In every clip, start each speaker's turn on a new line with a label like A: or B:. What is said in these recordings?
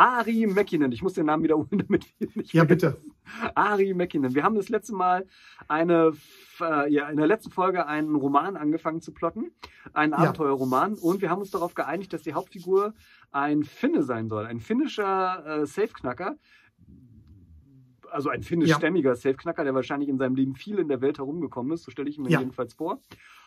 A: Ari Mäkinen. Ich muss den Namen wiederholen, damit wir ihn nicht
B: Ja, bitte.
A: Ari Mäkinen. Wir haben das letzte Mal eine, äh, ja, in der letzten Folge einen Roman angefangen zu plotten, einen
B: Ja.
A: Abenteuerroman, und wir haben uns darauf geeinigt, dass die Hauptfigur ein Finne sein soll, ein finnischer äh, Safeknacker. Also ein finnischstämmiger Safeknacker, der wahrscheinlich in seinem Leben viel in der Welt herumgekommen ist, so stelle ich mir
B: Ja.
A: jedenfalls vor.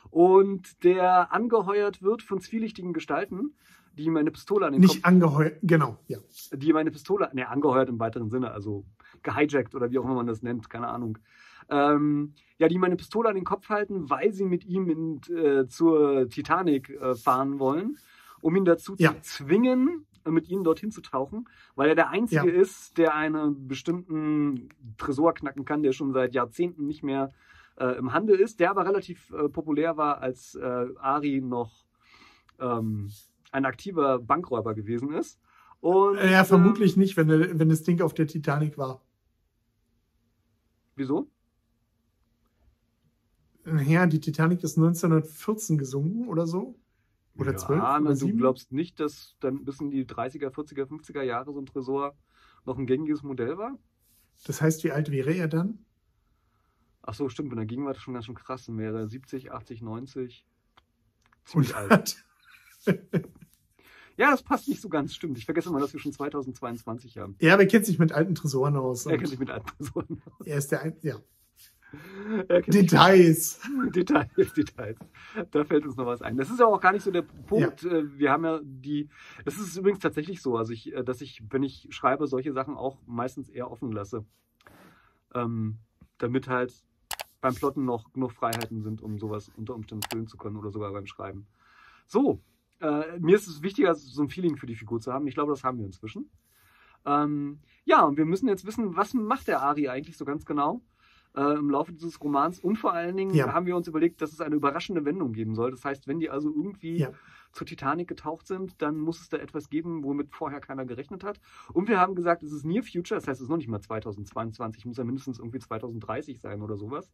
A: Und der angeheuert wird von zwielichtigen Gestalten, die ihm eine Pistole an den Kopf
B: Nicht angeheuert. Genau, ja.
A: die meine Pistole, ne, angeheuert im weiteren Sinne, also gehijackt oder wie auch immer man das nennt, keine Ahnung. Ähm, ja, die meine Pistole an den Kopf halten, weil sie mit ihm in, äh, zur Titanic äh, fahren wollen, um ihn dazu zu
B: Ja.
A: zwingen, äh, mit ihnen dorthin zu tauchen, weil er der Einzige ist, der einen bestimmten Tresor knacken kann, der schon seit Jahrzehnten nicht mehr äh, im Handel ist, der aber relativ äh, populär war, als äh, Ari noch ähm, ein aktiver Bankräuber gewesen ist. Und,
B: Äh, Ja,
A: ähm,
B: vermutlich nicht, wenn, der- wenn das Ding auf der Titanic war.
A: Wieso?
B: Ja, die Titanic ist 1914 gesunken oder so. Oder
A: ja,
B: 12
A: na,
B: oder
A: du
B: 7?
A: glaubst nicht, dass dann bis in die 30er, 40er, 50er Jahre so ein Tresor noch ein gängiges Modell war?
B: Das heißt, wie alt wäre er dann?
A: Ach so, stimmt, in der Gegenwart schon ganz schön krass. Dann wäre er 70, 80, 90. Ziemlich alt.
B: 100.
A: Ja, das passt nicht so ganz, stimmt. Ich vergesse mal, dass wir schon 2022 haben.
B: Ja, aber er kennt sich mit alten Tresoren aus.
A: Er kennt
B: Und
A: sich mit alten Personen.
B: er ist der ein ja.
A: Er kennt sich-
B: Details.
A: Details, Details. Da fällt uns noch was ein. Das ist ja auch gar nicht so der Punkt. Äh, Wir haben ja die. Es ist übrigens tatsächlich so, also ich, äh, dass ich, wenn ich schreibe, solche Sachen auch meistens eher offen lasse. Ähm, damit halt beim Plotten noch genug Freiheiten sind, um sowas unter Umständen füllen zu können oder sogar beim Schreiben. So, äh, mir ist es wichtiger, so ein Feeling für die Figur zu haben. Ich glaube, das haben wir inzwischen. Ähm, ja, und wir müssen jetzt wissen, was macht der Ari eigentlich so ganz genau äh, im Laufe dieses Romans? Und vor allen Dingen
B: Ja.
A: haben wir uns überlegt, dass es eine überraschende Wendung geben soll. Das heißt, wenn die also irgendwie
B: Ja.
A: zur Titanic getaucht sind, dann muss es da etwas geben, womit vorher keiner gerechnet hat. Und wir haben gesagt, es ist Near Future, das heißt, es ist noch nicht mal 2022, muss ja mindestens irgendwie 2030 sein oder sowas.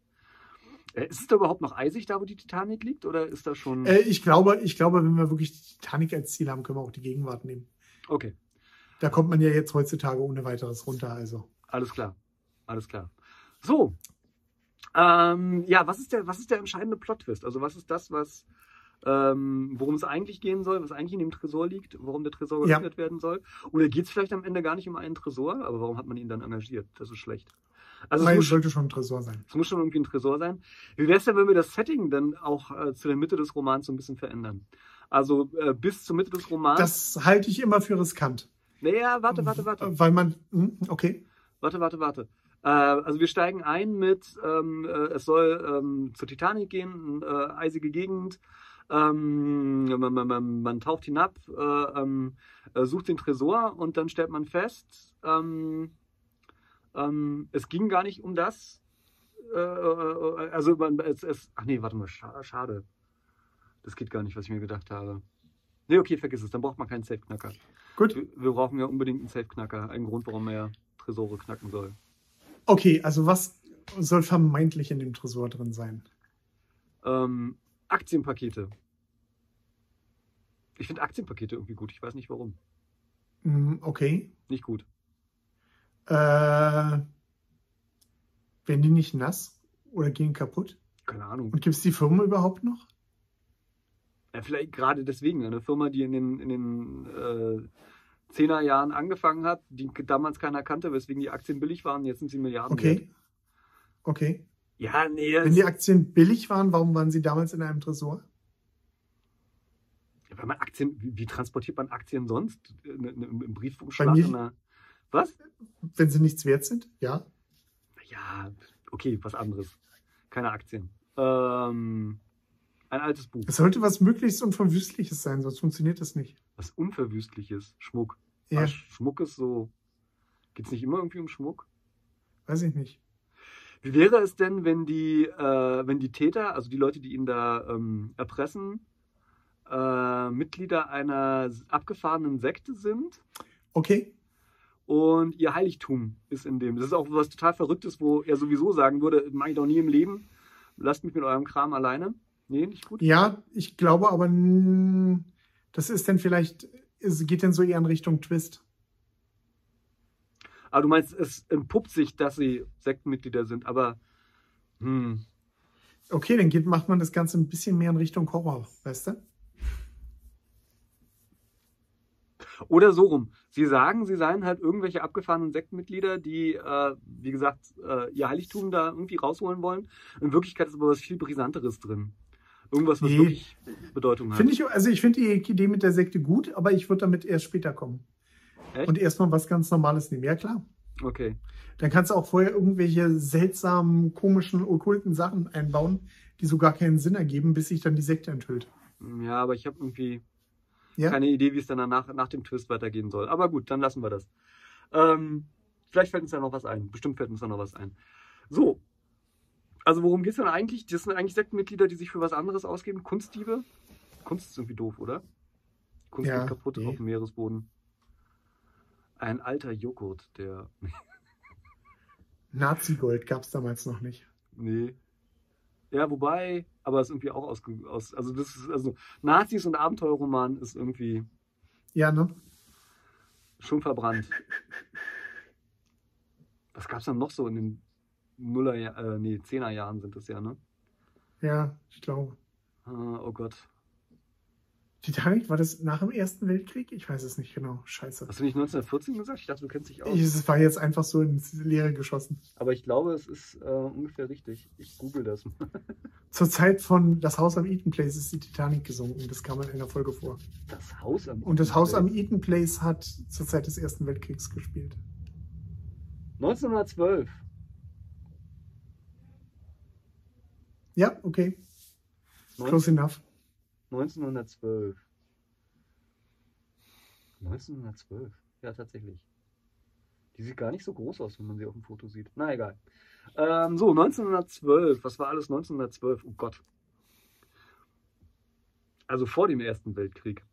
A: Äh, Ist es da überhaupt noch eisig da, wo die Titanic liegt? Oder ist da schon.
B: Äh, ich, glaube, ich glaube, wenn wir wirklich die Titanic als Ziel haben, können wir auch die Gegenwart nehmen.
A: Okay.
B: Da kommt man ja jetzt heutzutage ohne weiteres runter. Also.
A: Alles klar, alles klar. So, ähm, ja, was ist der, was ist der entscheidende Plot-Twist? Also was ist das, was, ähm, worum es eigentlich gehen soll, was eigentlich in dem Tresor liegt, warum der Tresor
B: Ja.
A: geöffnet werden soll? Oder geht es vielleicht am Ende gar nicht um einen Tresor? Aber warum hat man ihn dann engagiert? Das ist schlecht. Also es
B: Weil
A: muss,
B: es sollte schon ein Tresor sein.
A: es muss schon irgendwie ein Tresor sein. Wie wäre es denn, wenn wir das Setting dann auch äh, zu der Mitte des Romans so ein bisschen verändern? Also äh, bis zur Mitte des Romans.
B: Das halte ich immer für riskant.
A: naja, warte, warte, warte.
B: Weil man. hm, Okay.
A: Warte, warte, warte. Äh, also wir steigen ein mit, ähm, äh, es soll ähm, zur Titanic gehen, äh, eisige Gegend. Ähm, man, man- man, man taucht hinab, äh, ähm, äh, sucht den Tresor und dann stellt man fest, ähm, ähm, es ging gar nicht um das. Äh, äh, also man, es, es, ach nee, warte mal, scha schade. Das geht gar nicht, was ich mir gedacht habe. Nee, okay, vergiss es, dann braucht man keinen Safe-Knacker.
B: Gut.
A: Wir, wir brauchen ja unbedingt einen Safe-Knacker. Ein Grund, warum er Tresore knacken soll.
B: Okay, also was soll vermeintlich in dem Tresor drin sein?
A: Ähm, Aktienpakete. Ich finde Aktienpakete irgendwie gut. Ich weiß nicht warum.
B: Hm, Okay.
A: Nicht gut.
B: Äh, werden die nicht nass oder gehen kaputt?
A: Keine Ahnung.
B: Und gibt es die Firma überhaupt noch?
A: Ja, vielleicht gerade deswegen. Eine Firma, die in den, in den äh, 10er Jahren angefangen hat, die damals keiner kannte, weswegen die Aktien billig waren. Jetzt sind sie Milliarden. Wert.
B: Okay. Okay.
A: Ja, nee.
B: Wenn die
A: Das,
B: Aktien billig waren, warum waren sie damals in einem Tresor?
A: wenn man Aktien, wie, wie transportiert man Aktien sonst? Ne, ne, Im Briefumschlag?
B: Bei mir-
A: in einer- Was?
B: Wenn sie nichts wert sind? Ja.
A: Ja, okay, was anderes. Keine Aktien. Ähm, ein altes Buch.
B: Es sollte was möglichst Unverwüstliches sein, sonst funktioniert das nicht.
A: Was Unverwüstliches. Schmuck.
B: Ja,
A: Ah, Schmuck ist so. Geht es nicht immer irgendwie um Schmuck?
B: weiß ich nicht.
A: Wie wäre es denn, wenn die, äh, wenn die Täter, also die Leute, die ihn da ähm, erpressen, äh, Mitglieder einer s- abgefahrenen Sekte sind
B: Okay.
A: und ihr Heiligtum ist in dem. Das ist auch was total Verrücktes, wo er sowieso sagen würde, mach ich doch nie im Leben. Lasst mich mit eurem Kram alleine. Nee, nicht gut.
B: Ja, ich glaube aber, mm, das ist dann vielleicht, es geht dann so eher in Richtung Twist.
A: Aber du meinst, es entpuppt sich, dass sie Sektenmitglieder sind, aber hm,
B: Okay, dann geht, macht man das Ganze ein bisschen mehr in Richtung Horror, weißt du?
A: Oder so rum. Sie sagen, sie seien halt irgendwelche abgefahrenen Sektenmitglieder, die, äh, wie gesagt, äh, ihr Heiligtum da irgendwie rausholen wollen. In Wirklichkeit ist aber was viel Brisanteres drin. Irgendwas, was
B: Nee.
A: wirklich Bedeutung hat.
B: Finde ich, also ich finde die Idee mit der Sekte gut, aber ich würde damit erst später kommen.
A: Echt?
B: Und erstmal was ganz Normales nehmen. Ja, klar.
A: Okay.
B: Dann kannst du auch vorher irgendwelche seltsamen, komischen, okkulten Sachen einbauen, die so gar keinen Sinn ergeben, bis sich dann die Sekte enthüllt.
A: Ja, aber ich habe irgendwie
B: Ja?
A: keine Idee, wie es dann danach nach dem Twist weitergehen soll. Aber gut, dann lassen wir das. Ähm, vielleicht fällt uns da noch was ein. Bestimmt fällt uns da noch was ein. So. Also worum geht's denn eigentlich? Das sind eigentlich Sektenmitglieder, die sich für was anderes ausgeben. Kunstdiebe? Kunst ist irgendwie doof, oder? Kunst
B: Ja,
A: geht kaputt
B: nee.
A: auf dem Meeresboden. Ein alter Joghurt, der.
B: Nazi-Gold gab es damals noch nicht.
A: Nee. Ja, wobei, aber ist irgendwie auch aus, aus. Also das ist, also Nazis und Abenteuerroman ist irgendwie
B: Ja, ne?
A: Schon verbrannt. Was gab's dann noch so in den Nuller, äh, nee, Zehnerjahren sind das ja, ne?
B: Ja, ich glaube.
A: Äh, oh Gott.
B: Titanic, war das nach dem Ersten Weltkrieg? Ich weiß es nicht genau. Scheiße.
A: Hast du nicht 1914 gesagt? Ich dachte, du kennst dich aus.
B: Ich- Es war jetzt einfach so ins Leere geschossen.
A: Aber ich glaube, es ist äh, ungefähr richtig. Ich google das.
B: Zur Zeit von Das Haus am Eaton Place ist die Titanic gesunken. Das kam in einer Folge vor.
A: Das Haus am
B: Und das Haus am Eaton Place hat zur Zeit des Ersten Weltkriegs gespielt.
A: 1912.
B: Ja, okay. Close
A: 19,
B: enough.
A: 1912. 1912. Ja, tatsächlich. Die sieht gar nicht so groß aus, wenn man sie auf dem Foto sieht. Na egal. Ähm, so, 1912. Was war alles 1912? Oh Gott. Also vor dem Ersten Weltkrieg.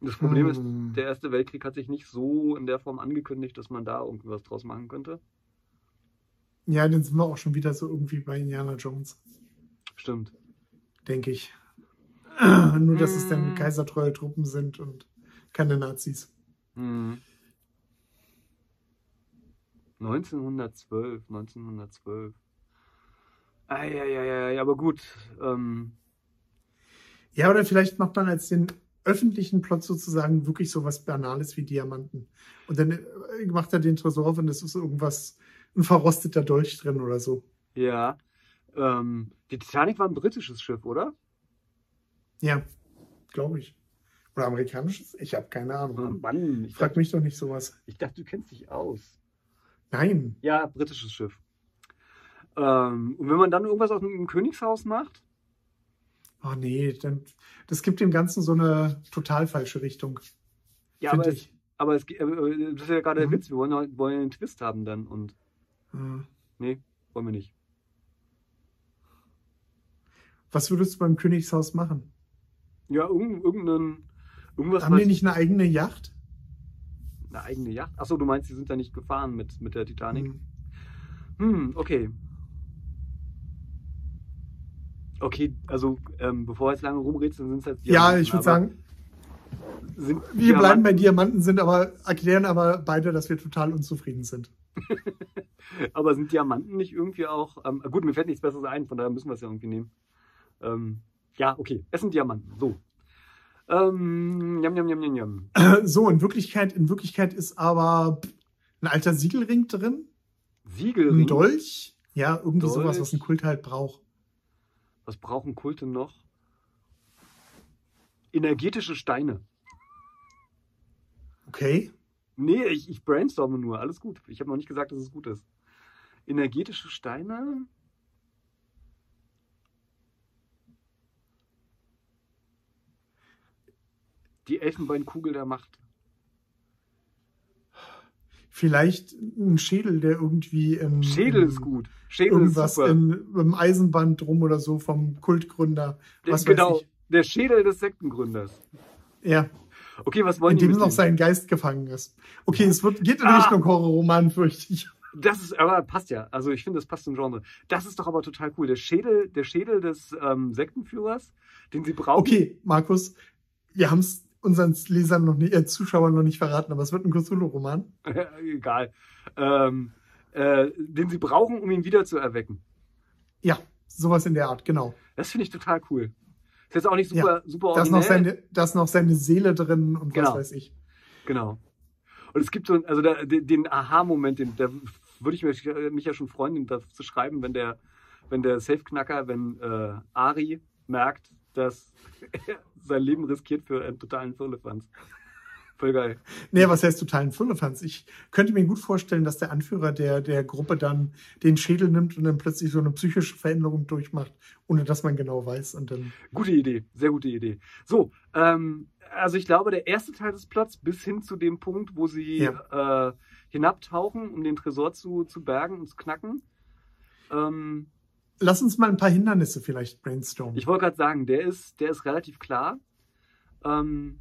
A: Das Problem ist,
B: Hm.
A: der Erste Weltkrieg hat sich nicht so in der Form angekündigt, dass man da irgendwie was draus machen könnte.
B: Ja, dann sind wir auch schon wieder so irgendwie bei Indiana Jones,
A: Stimmt.
B: denke ich. Nur, dass es
A: Mm.
B: dann kaisertreue Truppen sind und keine Nazis.
A: Mhm. 1912, 1912. Eieieiei, aber gut. Ähm,
B: Ja, oder vielleicht macht man als den öffentlichen Plot sozusagen wirklich so was Banales wie Diamanten. Und dann äh, macht er den Tresor auf und es ist irgendwas, ein verrosteter Dolch drin oder so.
A: ja. Ähm, die Titanic war ein britisches Schiff, oder?
B: Ja, glaube ich. Oder amerikanisches? Ich habe keine
A: Oh
B: Ahnung.
A: Mann, ich
B: Frag
A: dachte,
B: mich doch nicht sowas.
A: ich dachte, du kennst dich aus.
B: Nein.
A: Ja, britisches Schiff. Ähm, und wenn man dann irgendwas aus dem Königshaus macht,
B: Oh nee, dann, das gibt dem Ganzen so eine total falsche Richtung.
A: ja,
B: find
A: aber es,
B: ich.
A: aber es ge- äh, das ist ja gerade der
B: Mhm.
A: Witz. Wir wollen, ja- wollen ja einen Twist haben dann und
B: Äh,
A: wollen wir nicht.
B: Was würdest du beim Königshaus machen?
A: Ja, irgend, irgendein, irgendwas.
B: Haben
A: was-
B: die nicht eine eigene Yacht?
A: Eine eigene Yacht? Achso, du meinst, die sind da nicht gefahren mit, mit der Titanic?
B: Hm.
A: Hm, okay. Okay, also ähm, bevor wir jetzt lange rumrätseln, sind es halt
B: Ja,
A: Diamanten,
B: ich würde
A: aber
B: sagen,
A: Sind
B: wir bleiben
A: Diamanten-
B: bei Diamanten, sind aber, erklären aber beide, dass wir total unzufrieden sind.
A: Aber sind Diamanten nicht irgendwie auch. Ähm, gut, mir fällt nichts Besseres ein, von daher müssen wir es ja irgendwie nehmen. Ähm, ja, okay. Es sind Diamanten. So. Ähm, jam, jam, jam, jam, jam.
B: So, in Wirklichkeit, in Wirklichkeit ist aber ein alter Siegelring drin,
A: Siegelring.
B: ein Dolch. Ja, irgendwie sowas, was ein
A: Dolch.
B: Kult halt braucht.
A: Was brauchen Kulte noch? Energetische Steine.
B: Okay.
A: Nee, ich, ich brainstorme nur. Alles gut. Ich habe noch nicht gesagt, dass es gut ist. Energetische Steine? Die Elfenbeinkugel der Macht.
B: Vielleicht ein Schädel, der irgendwie im,
A: Schädel
B: im,
A: ist gut. Schädel ist
B: Hm. irgendwas
A: super.
B: in, im Eisenband drum oder so vom Kultgründer.
A: Der-
B: Was
A: genau.
B: weiß
A: Der Schädel des Sektengründers.
B: ich. Ja,
A: Okay, was
B: in
A: wollen die
B: dem
A: mit
B: noch
A: dem?
B: sein Geist gefangen ist. Okay, es wird, geht in
A: Ah!
B: Richtung Horrorroman, fürchte ich.
A: Das ist, aber passt ja. Also ich finde, das passt zum Genre. Das ist doch aber total cool. Der Schädel, der Schädel des ähm, Sektenführers, den sie brauchen.
B: Okay, Markus, wir haben es unseren Lesern noch nicht, äh, Zuschauern noch nicht verraten, aber es wird ein Cthulhu-Roman.
A: Egal. Ähm, äh, den sie brauchen, um ihn wieder zu erwecken.
B: Ja, sowas in der Art, genau.
A: Das finde ich total cool. Ist jetzt auch nicht super, ja, super
B: da ist, noch seine, da ist noch seine Seele drin und genau. was weiß ich.
A: Genau. Und es gibt so, einen, also da, den, den Aha-Moment, den, da würde ich mich, äh, mich, ja schon freuen, das zu schreiben, wenn der, wenn der Safe-Knacker, wenn äh, Ari merkt, dass er sein Leben riskiert für einen totalen Firlefanz. Voll geil.
B: Nee, was heißt totalen Firlefanz? Ich könnte mir gut vorstellen, dass der Anführer der, der Gruppe dann den Schädel nimmt und dann plötzlich so eine psychische Veränderung durchmacht, ohne dass man genau weiß. Und dann
A: gute Idee, sehr gute Idee. So, ähm, also ich glaube, der erste Teil des Plots bis hin zu dem Punkt, wo sie ja. äh, hinabtauchen, um den Tresor zu, zu bergen und zu knacken. Ähm,
B: Lass uns mal ein paar Hindernisse vielleicht brainstormen.
A: Ich wollte gerade sagen, der ist, der ist relativ klar. Ähm,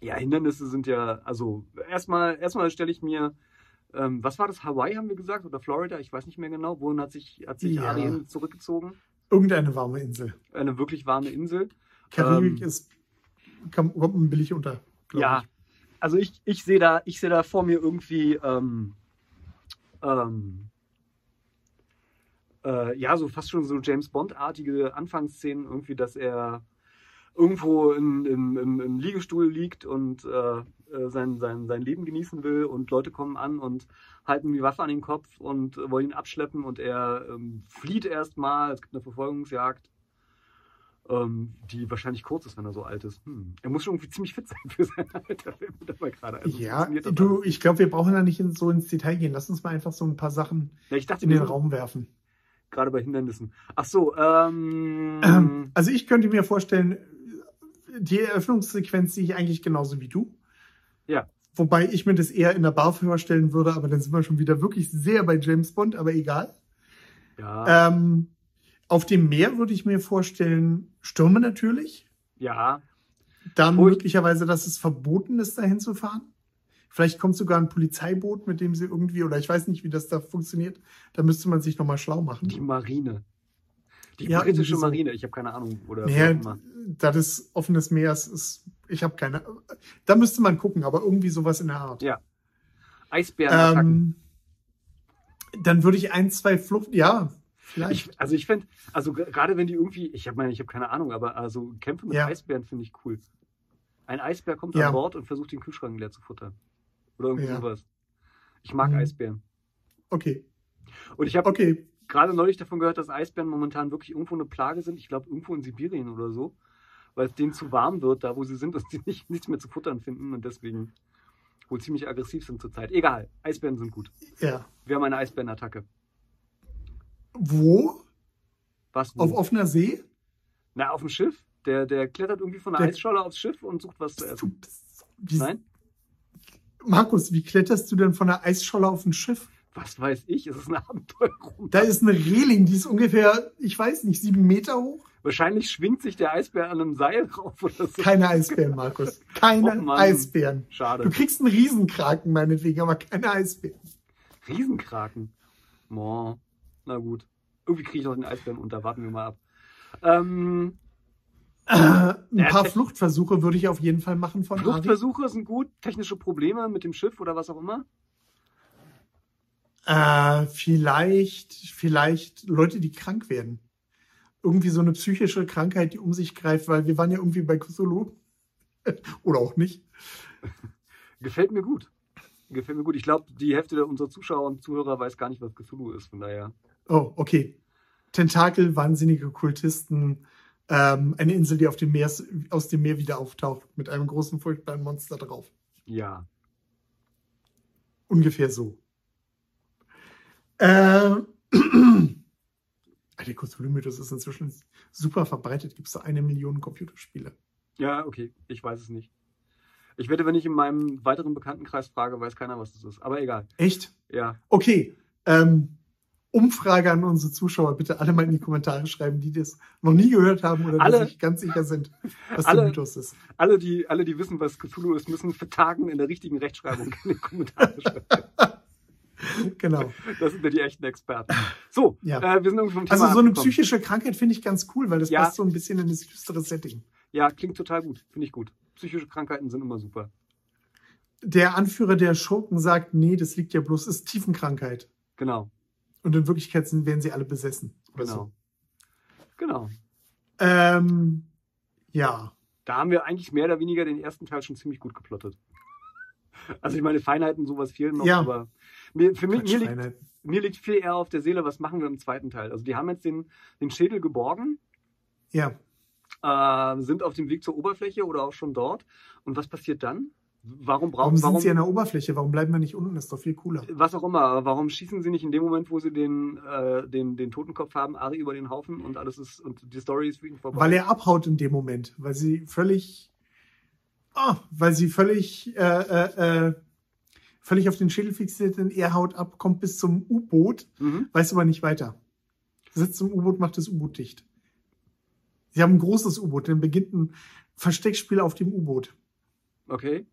A: ja, Hindernisse sind ja, also erstmal, erstmal stelle ich mir, ähm, was war das, Hawaii haben wir gesagt oder Florida, ich weiß nicht mehr genau, wohin hat sich, hat sich ja. Arien zurückgezogen?
B: Irgendeine warme Insel.
A: Eine wirklich warme Insel.
B: Karibik ähm, ist, kommt man billig unter.
A: Ja, ich. also ich, ich sehe da, ich sehe da vor mir irgendwie, ähm, ähm, äh, ja, so fast schon so James Bond-artige Anfangsszenen, irgendwie, dass er irgendwo in, in, im, im, Liegestuhl liegt und äh, sein, sein, sein Leben genießen will und Leute kommen an und halten die Waffe an den Kopf und wollen ihn abschleppen und er ähm, flieht erstmal. Es gibt eine Verfolgungsjagd, ähm, die wahrscheinlich kurz ist, wenn er so alt ist. Hm. Er muss schon irgendwie ziemlich fit sein für sein Alter.
B: gerade. Also, ja, du, ich glaube, wir brauchen da nicht in, so ins Detail gehen. Lass uns mal einfach so ein paar Sachen
A: ja, dachte,
B: in den Raum werfen
A: gerade bei Hindernissen. Ach so, ähm,
B: also ich könnte mir vorstellen, die Eröffnungssequenz sehe ich eigentlich genauso wie du.
A: Ja.
B: Wobei ich mir das eher in der Bar vorstellen würde, aber dann sind wir schon wieder wirklich sehr bei James Bond, aber egal.
A: Ja.
B: Ähm, auf dem Meer würde ich mir vorstellen, Stürme natürlich.
A: Ja.
B: Dann Ruhig. möglicherweise, dass es verboten ist, dahin zu fahren. Vielleicht kommt sogar ein Polizeiboot, mit dem sie irgendwie, oder ich weiß nicht, wie das da funktioniert. Da müsste man sich nochmal schlau machen.
A: Die Marine. Die ja, britische Marine, ich habe keine Ahnung. Oder
B: nee, da das offenes Meer ist, ist ich habe keine. Da müsste man gucken, aber irgendwie sowas in der Art.
A: Ja. Eisbären.
B: Ähm, dann würde ich ein, zwei Flucht. Ja, vielleicht.
A: Ich, also ich fände, also gerade wenn die irgendwie, ich habe meine, ich habe keine Ahnung, aber also Kämpfe mit ja. Eisbären finde ich cool. Ein Eisbär kommt ja. an Bord und versucht den Kühlschrank leer zu futtern. Oder irgendwie ja. sowas. Ich mag mhm. Eisbären.
B: Okay.
A: Und ich habe
B: okay.
A: gerade neulich davon gehört, dass Eisbären momentan wirklich irgendwo eine Plage sind. Ich glaube, irgendwo in Sibirien oder so. Weil es denen zu warm wird, da wo sie sind, dass sie nicht, nichts mehr zu futtern finden und deswegen wohl ziemlich aggressiv sind zurzeit. Egal, Eisbären sind gut.
B: Ja.
A: Wir haben eine Eisbärenattacke.
B: Wo?
A: Was?
B: Wo? Auf offener See?
A: Na, auf dem Schiff. Der, der klettert irgendwie von der, der Eisscholle aufs Schiff und sucht was zu essen. Äh, Nein?
B: Markus, wie kletterst du denn von der Eisscholle auf ein Schiff?
A: Was weiß ich, es ist ein Abenteuerroman.
B: Da ist eine Reling, die ist ungefähr, ich weiß nicht, sieben Meter hoch.
A: Wahrscheinlich schwingt sich der Eisbär an einem Seil drauf oder so.
B: Keine Eisbären, Markus. Keine oh Eisbären.
A: Schade.
B: Du kriegst einen Riesenkraken, meinetwegen, aber keine Eisbären.
A: Riesenkraken? Boah, na gut. Irgendwie kriege ich noch den Eisbären unter, warten wir mal ab. Ähm,
B: äh, ein paar ja, Fluchtversuche würde ich auf jeden Fall machen von
A: Fluchtversuche Ari. sind gut. Technische Probleme mit dem Schiff oder was auch immer?
B: Äh, vielleicht, vielleicht Leute, die krank werden. Irgendwie so eine psychische Krankheit, die um sich greift, weil wir waren ja irgendwie bei Cthulhu. oder auch nicht.
A: Gefällt mir gut. Gefällt mir gut. Ich glaube, die Hälfte unserer Zuschauer und Zuhörer weiß gar nicht, was Cthulhu ist, von daher.
B: Oh, okay. Tentakel, wahnsinnige Kultisten, ähm, eine Insel, die auf dem Meer, aus dem Meer wieder auftaucht, mit einem großen, furchtbaren Monster drauf.
A: Ja.
B: Ungefähr so. Äh, der Cthulhu-Mythos ist inzwischen super verbreitet. Gibt es da eine Million Computerspiele?
A: Ja, okay. Ich weiß es nicht. Ich wette, wenn ich in meinem weiteren Bekanntenkreis frage, weiß keiner, was das ist. Aber egal.
B: Echt?
A: Ja.
B: Okay. Ähm, Umfrage an unsere Zuschauer bitte alle mal in die Kommentare schreiben, die das noch nie gehört haben oder alle, die sich ganz sicher sind, was
A: alle,
B: der Mythos ist.
A: Alle die, alle, die wissen, was Cthulhu ist, müssen vertagen in der richtigen Rechtschreibung in die Kommentare schreiben.
B: genau.
A: Das sind ja die echten Experten. So,
B: ja.
A: äh, wir sind irgendwie vom Thema
B: Also so eine abgekommen. psychische Krankheit finde ich ganz cool, weil das
A: ja.
B: passt so ein bisschen in das düstere Setting.
A: Ja, klingt total gut. Finde ich gut. Psychische Krankheiten sind immer super.
B: Der Anführer der Schurken sagt, nee, das liegt ja bloß, ist Tiefenkrankheit.
A: Genau.
B: Und in Wirklichkeit sind, werden sie alle besessen. Oder
A: Genau.
B: So.
A: Genau.
B: Ähm, ja.
A: Da haben wir eigentlich mehr oder weniger den ersten Teil schon ziemlich gut geplottet. Also ich meine, Feinheiten, sowas fehlen noch,
B: Ja.
A: aber mir, für mich, mir, liegt,
B: Quatschfeinheit.
A: mir liegt viel eher auf der Seele, was machen wir im zweiten Teil. Also die haben jetzt den, den Schädel geborgen,
B: ja.
A: äh, sind auf dem Weg zur Oberfläche oder auch schon dort. Und was passiert dann? Warum
B: Warum
A: brauchen
B: sind sie an der Oberfläche? Warum bleiben wir nicht unten? Das ist doch viel cooler.
A: was auch immer, aber warum schießen sie nicht in dem Moment, wo sie den, äh, den, den Totenkopf haben, Ari über den Haufen und alles ist und die Story ist für ihn vorbei?
B: Weil er abhaut in dem Moment, weil sie völlig, ah, weil sie völlig, äh, äh, äh, völlig auf den Schädel fixiert und er haut ab, kommt bis zum U-Boot,
A: mhm.
B: weiß aber nicht weiter. Sitzt im U-Boot, macht das U-Boot dicht. Sie haben ein großes U-Boot, dann beginnt ein Versteckspiel auf dem U-Boot.
A: Okay.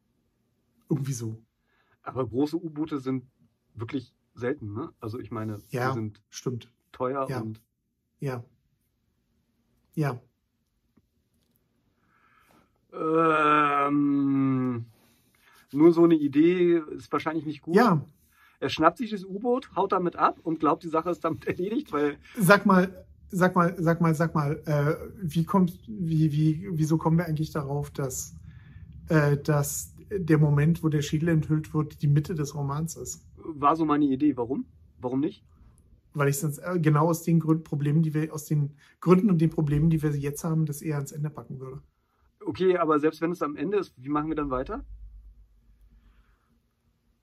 B: Irgendwie so.
A: Aber große U-Boote sind wirklich selten, ne? Also ich meine,
B: Ja.
A: die sind
B: Stimmt.
A: teuer
B: Ja.
A: und
B: Ja. Ja.
A: ähm, nur so eine Idee ist wahrscheinlich nicht gut.
B: Ja.
A: Er schnappt sich das U-Boot, haut damit ab und glaubt, die Sache ist damit erledigt, weil
B: Sag mal, sag mal, sag mal, sag mal, äh, wie kommt, wie, wie, wieso kommen wir eigentlich darauf, dass, äh, dass der Moment, wo der Schädel enthüllt wird, die Mitte des Romans ist?
A: war so meine Idee. Warum? Warum nicht?
B: Weil ich sonst äh, genau aus den Gründen, Problemen, die wir, aus den Gründen und den Problemen, die wir jetzt haben, das eher ans Ende packen würde.
A: Okay, aber selbst wenn es am Ende ist, wie machen wir dann weiter?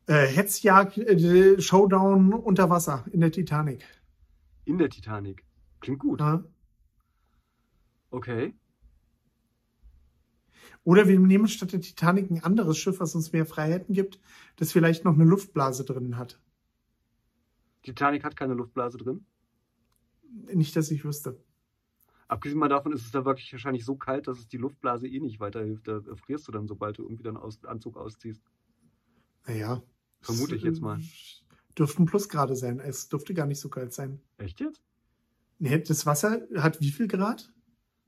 B: Äh, Hetzjagd, äh, Showdown unter Wasser in der Titanic. ne?
A: In der Titanic. Klingt gut.
B: Ja?
A: Okay.
B: Oder wir nehmen statt der Titanic ein anderes Schiff, was uns mehr Freiheiten gibt, das vielleicht noch eine Luftblase drin hat.
A: Titanic hat keine Luftblase drin.
B: Nicht, dass ich wüsste.
A: Abgesehen mal davon ist es da wirklich wahrscheinlich so kalt, dass es die Luftblase eh nicht weiterhilft. Da frierst du dann, sobald du irgendwie deinen aus Anzug ausziehst.
B: Naja.
A: Vermute ich jetzt mal.
B: Dürften Plusgrade sein. Es dürfte gar nicht so kalt sein.
A: Echt jetzt?
B: Nee, das Wasser hat wie viel Grad?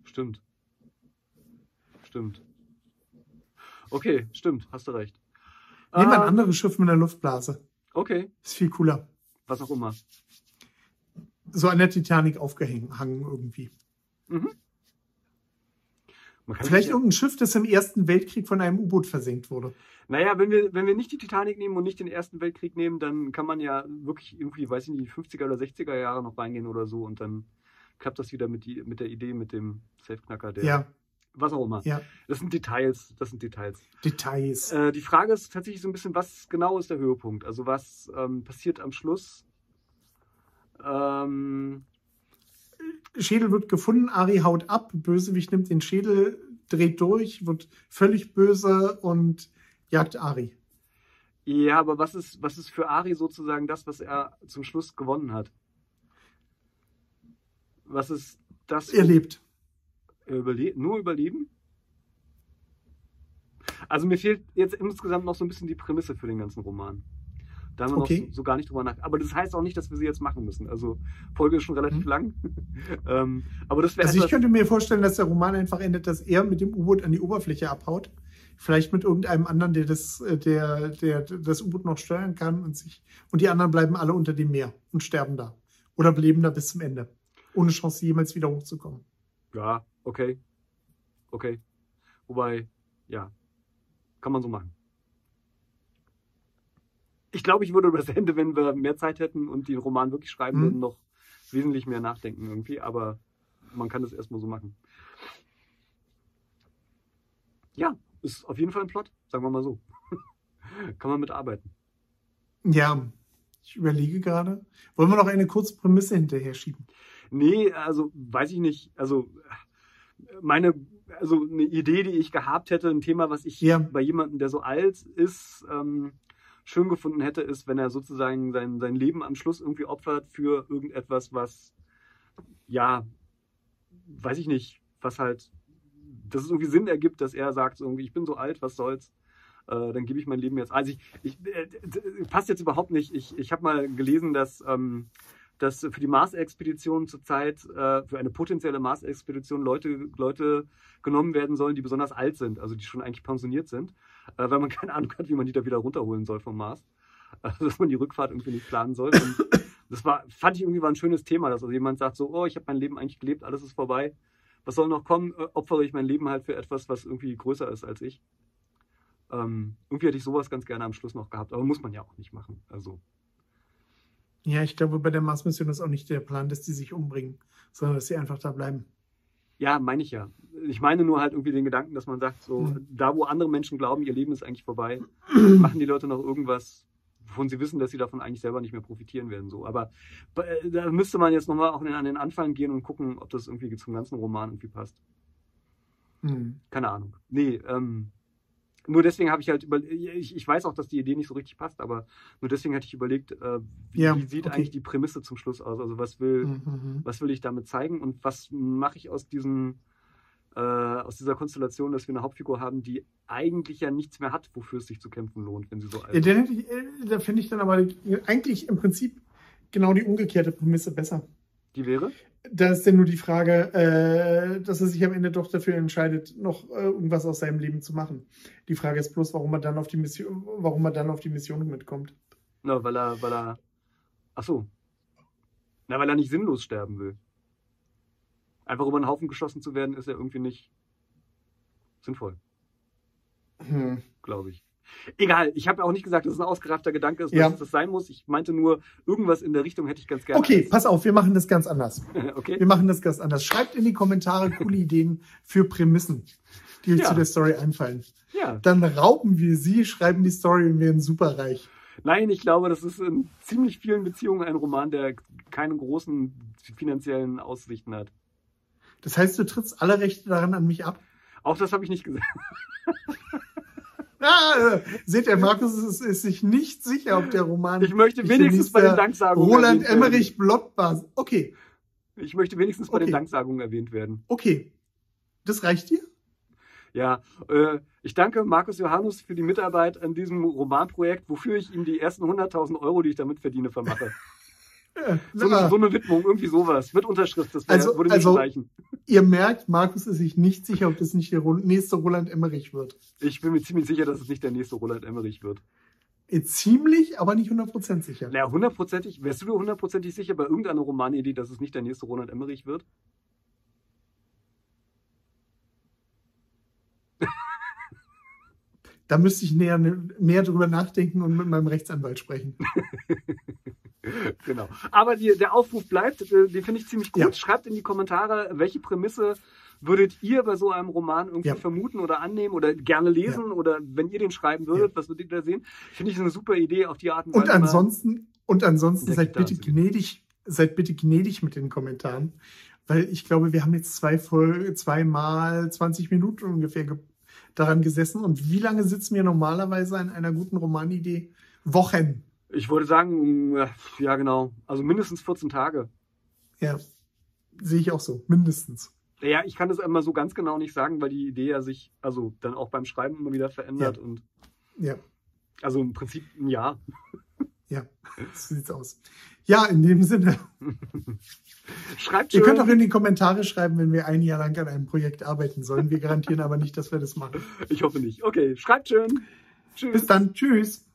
A: Stimmt. Stimmt. Okay, stimmt. Hast du recht.
B: Nehmen wir ein
A: Ah,
B: anderes Schiff mit einer Luftblase.
A: Okay,
B: Ist viel cooler.
A: was auch immer.
B: So an der Titanic aufgehangen irgendwie.
A: Mhm. Man kann
B: Vielleicht
A: sich ja,
B: irgendein Schiff, das im Ersten Weltkrieg von einem U-Boot versenkt wurde.
A: naja, wenn wir, wenn wir nicht die Titanic nehmen und nicht den Ersten Weltkrieg nehmen, dann kann man ja wirklich irgendwie, weiß ich nicht, die 50er oder 60er Jahre noch reingehen oder so und dann klappt das wieder mit, die, mit der Idee, mit dem Safeknacker, der.
B: Ja,
A: Was auch immer.
B: ja.
A: Das sind Details. Das sind Details.
B: Details.
A: Äh, die Frage ist tatsächlich so ein bisschen, was genau ist der Höhepunkt? Also was ähm, passiert am Schluss? Ähm,
B: Schädel wird gefunden, Ari haut ab, Bösewicht nimmt den Schädel, dreht durch, wird völlig böse und jagt Ari.
A: ja, aber was ist, was ist für Ari sozusagen das, was er zum Schluss gewonnen hat? Was ist das?
B: Er lebt.
A: Er überle nur überleben? Also mir fehlt jetzt insgesamt noch so ein bisschen die Prämisse für den ganzen Roman. Da haben wir
B: Okay.
A: noch so, so gar nicht drüber nach. Aber das heißt auch nicht, dass wir sie jetzt machen müssen. Also Folge ist schon relativ
B: Mhm.
A: lang. ähm, aber das wäre
B: Also ich
A: etwas-
B: könnte mir vorstellen, dass der Roman einfach endet, dass er mit dem U-Boot an die Oberfläche abhaut. Vielleicht mit irgendeinem anderen, der das, äh, der, der das U-Boot noch steuern kann und sich. Und die anderen bleiben alle unter dem Meer und sterben da. Oder bleiben da bis zum Ende. Ohne Chance, jemals wieder hochzukommen.
A: Ja, okay. Okay. Wobei, ja, kann man so machen. Ich glaube, ich würde über das Ende, wenn wir mehr Zeit hätten und den Roman wirklich schreiben
B: Hm.
A: würden, noch wesentlich mehr nachdenken irgendwie, aber man kann das erstmal so machen. Ja, ist auf jeden Fall ein Plot, sagen wir mal so. kann man mitarbeiten.
B: Ja, ich überlege gerade. Wollen wir noch eine kurze Prämisse hinterher schieben?
A: Nee, also weiß ich nicht. Also meine, also eine Idee, die ich gehabt hätte, ein Thema, was ich
B: Ja.
A: bei jemandem, der so alt ist, ähm, schön gefunden hätte, ist, wenn er sozusagen sein, sein Leben am Schluss irgendwie opfert für irgendetwas, was, ja, weiß ich nicht, was halt, dass es irgendwie Sinn ergibt, dass er sagt, so irgendwie, ich bin so alt, was soll's. Äh, dann gebe ich mein Leben jetzt. ein. Also ich, ich äh, d- d- passt jetzt überhaupt nicht. Ich, ich habe mal gelesen, dass ähm, dass für die Mars-Expedition zurzeit, äh, für eine potenzielle Mars-Expedition Leute, Leute genommen werden sollen, die besonders alt sind, also die schon eigentlich pensioniert sind, äh, weil man keine Ahnung hat, wie man die da wieder runterholen soll vom Mars. Also, dass man die Rückfahrt irgendwie nicht planen soll. Und das war, fand ich irgendwie war ein schönes Thema, dass also jemand sagt so, oh, ich habe mein Leben eigentlich gelebt, alles ist vorbei. Was soll noch kommen? Äh, opfere ich mein Leben halt für etwas, was irgendwie größer ist als ich. Ähm, irgendwie hätte ich sowas ganz gerne am Schluss noch gehabt, aber muss man ja auch nicht machen. Also.
B: Ja, ich glaube, bei der Mars-Mission ist auch nicht der Plan, dass die sich umbringen, sondern dass sie einfach da bleiben.
A: Ja, meine ich ja. Ich meine nur halt irgendwie den Gedanken, dass man sagt, so, mhm. da wo andere Menschen glauben, ihr Leben ist eigentlich vorbei, machen die Leute noch irgendwas, wovon sie wissen, dass sie davon eigentlich selber nicht mehr profitieren werden. So. Aber äh, da müsste man jetzt nochmal auch an den Anfang gehen und gucken, ob das irgendwie zum ganzen Roman irgendwie passt. Mhm. Keine Ahnung. Nee, ähm, nur deswegen habe ich halt über ich, ich, weiß auch, dass die Idee nicht so richtig passt, aber nur deswegen hatte ich überlegt, äh, wie, ja, wie, sieht okay. eigentlich die Prämisse zum Schluss aus? Also was will, mhm. was will ich damit zeigen und was mache ich aus diesem äh, aus dieser Konstellation, dass wir eine Hauptfigur haben, die eigentlich ja nichts mehr hat, wofür es sich zu kämpfen lohnt, wenn sie so
B: alt ja, ist. Da finde ich dann aber eigentlich im Prinzip genau die umgekehrte Prämisse besser.
A: Die wäre?
B: Da ist denn nur die Frage, äh, dass er sich am Ende doch dafür entscheidet, noch äh, irgendwas aus seinem Leben zu machen. Die Frage ist bloß, warum er dann auf die Mission, warum er dann auf die Mission mitkommt.
A: Na, weil er, weil er, ach so. Na, weil er nicht sinnlos sterben will. Einfach über den Haufen geschossen zu werden, ist ja irgendwie nicht sinnvoll. Hm. Glaube ich. Egal, ich habe auch nicht gesagt, dass es ein ausgeraffter Gedanke ist, ja. dass das sein muss. Ich meinte nur, irgendwas in der Richtung hätte ich ganz gerne.
B: Okay, als. pass auf, wir machen das ganz anders.
A: okay.
B: Wir machen das ganz anders. Schreibt in die Kommentare coole Ideen für Prämissen, die euch ja. zu der Story einfallen.
A: Ja.
B: Dann rauben wir sie, schreiben die Story und werden superreich.
A: Nein, ich glaube, das ist in ziemlich vielen Beziehungen ein Roman, der keine großen finanziellen Aussichten hat.
B: Das heißt, du trittst alle Rechte daran an mich ab?
A: Auch das habe ich nicht gesagt.
B: Ah, seht ihr, Markus ist, ist, sich nicht sicher, ob der Roman.
A: Ich möchte wenigstens bei den Danksagungen.
B: Roland Emmerich Blottbas. Okay.
A: Ich möchte wenigstens okay. bei den Danksagungen erwähnt werden.
B: Okay. Das reicht dir?
A: Ja, äh, ich danke Markus Johannes für die Mitarbeit an diesem Romanprojekt, wofür ich ihm die ersten 100.000 Euro, die ich damit verdiene, vermache. ja, so, eine, so, eine, Widmung, irgendwie sowas. Mit Unterschrift, das wär,
B: also,
A: würde
B: also, reichen. Ihr merkt, Markus ist sich nicht sicher, ob das nicht der nächste Roland Emmerich wird.
A: Ich bin mir ziemlich sicher, dass es nicht der nächste Roland Emmerich wird.
B: Äh, Ziemlich, aber nicht hundertprozentig sicher.
A: Naja, hundertprozentig, wärst du dir hundertprozentig sicher bei irgendeiner Romanidee, dass es nicht der nächste Roland Emmerich wird?
B: Da müsste ich näher, mehr drüber nachdenken und mit meinem Rechtsanwalt sprechen.
A: genau. Aber die, der Aufruf bleibt, äh, den finde ich ziemlich gut. Ja. Schreibt in die Kommentare, welche Prämisse würdet ihr bei so einem Roman irgendwie ja. vermuten oder annehmen oder gerne lesen ja. oder wenn ihr den schreiben würdet, was würdet ihr da sehen? Finde ich eine super Idee auf die Art
B: und Weise. Und ansonsten, und ansonsten seid bitte gnädig, seid bitte gnädig mit den Kommentaren, weil ich glaube, wir haben jetzt zwei Folge, zweimal 20 Minuten ungefähr ge daran gesessen. Und wie lange sitzen wir normalerweise an einer guten Romanidee? Wochen.
A: Ich würde sagen, ja, genau. Also mindestens 14 Tage.
B: Ja, sehe ich auch so. Mindestens.
A: Ja, ich kann das immer so ganz genau nicht sagen, weil die Idee ja sich, also dann auch beim Schreiben immer wieder verändert
B: ja.
A: und.
B: Ja.
A: Also im Prinzip ein Jahr.
B: Ja, so sieht's aus. Ja, in dem Sinne.
A: Schreibt
B: schön. Ihr könnt auch in die Kommentare schreiben, wenn wir ein Jahr lang an einem Projekt arbeiten sollen. Wir garantieren aber nicht, dass wir das machen.
A: Ich hoffe nicht. Okay, schreibt schön.
B: Tschüss. Bis dann. Tschüss.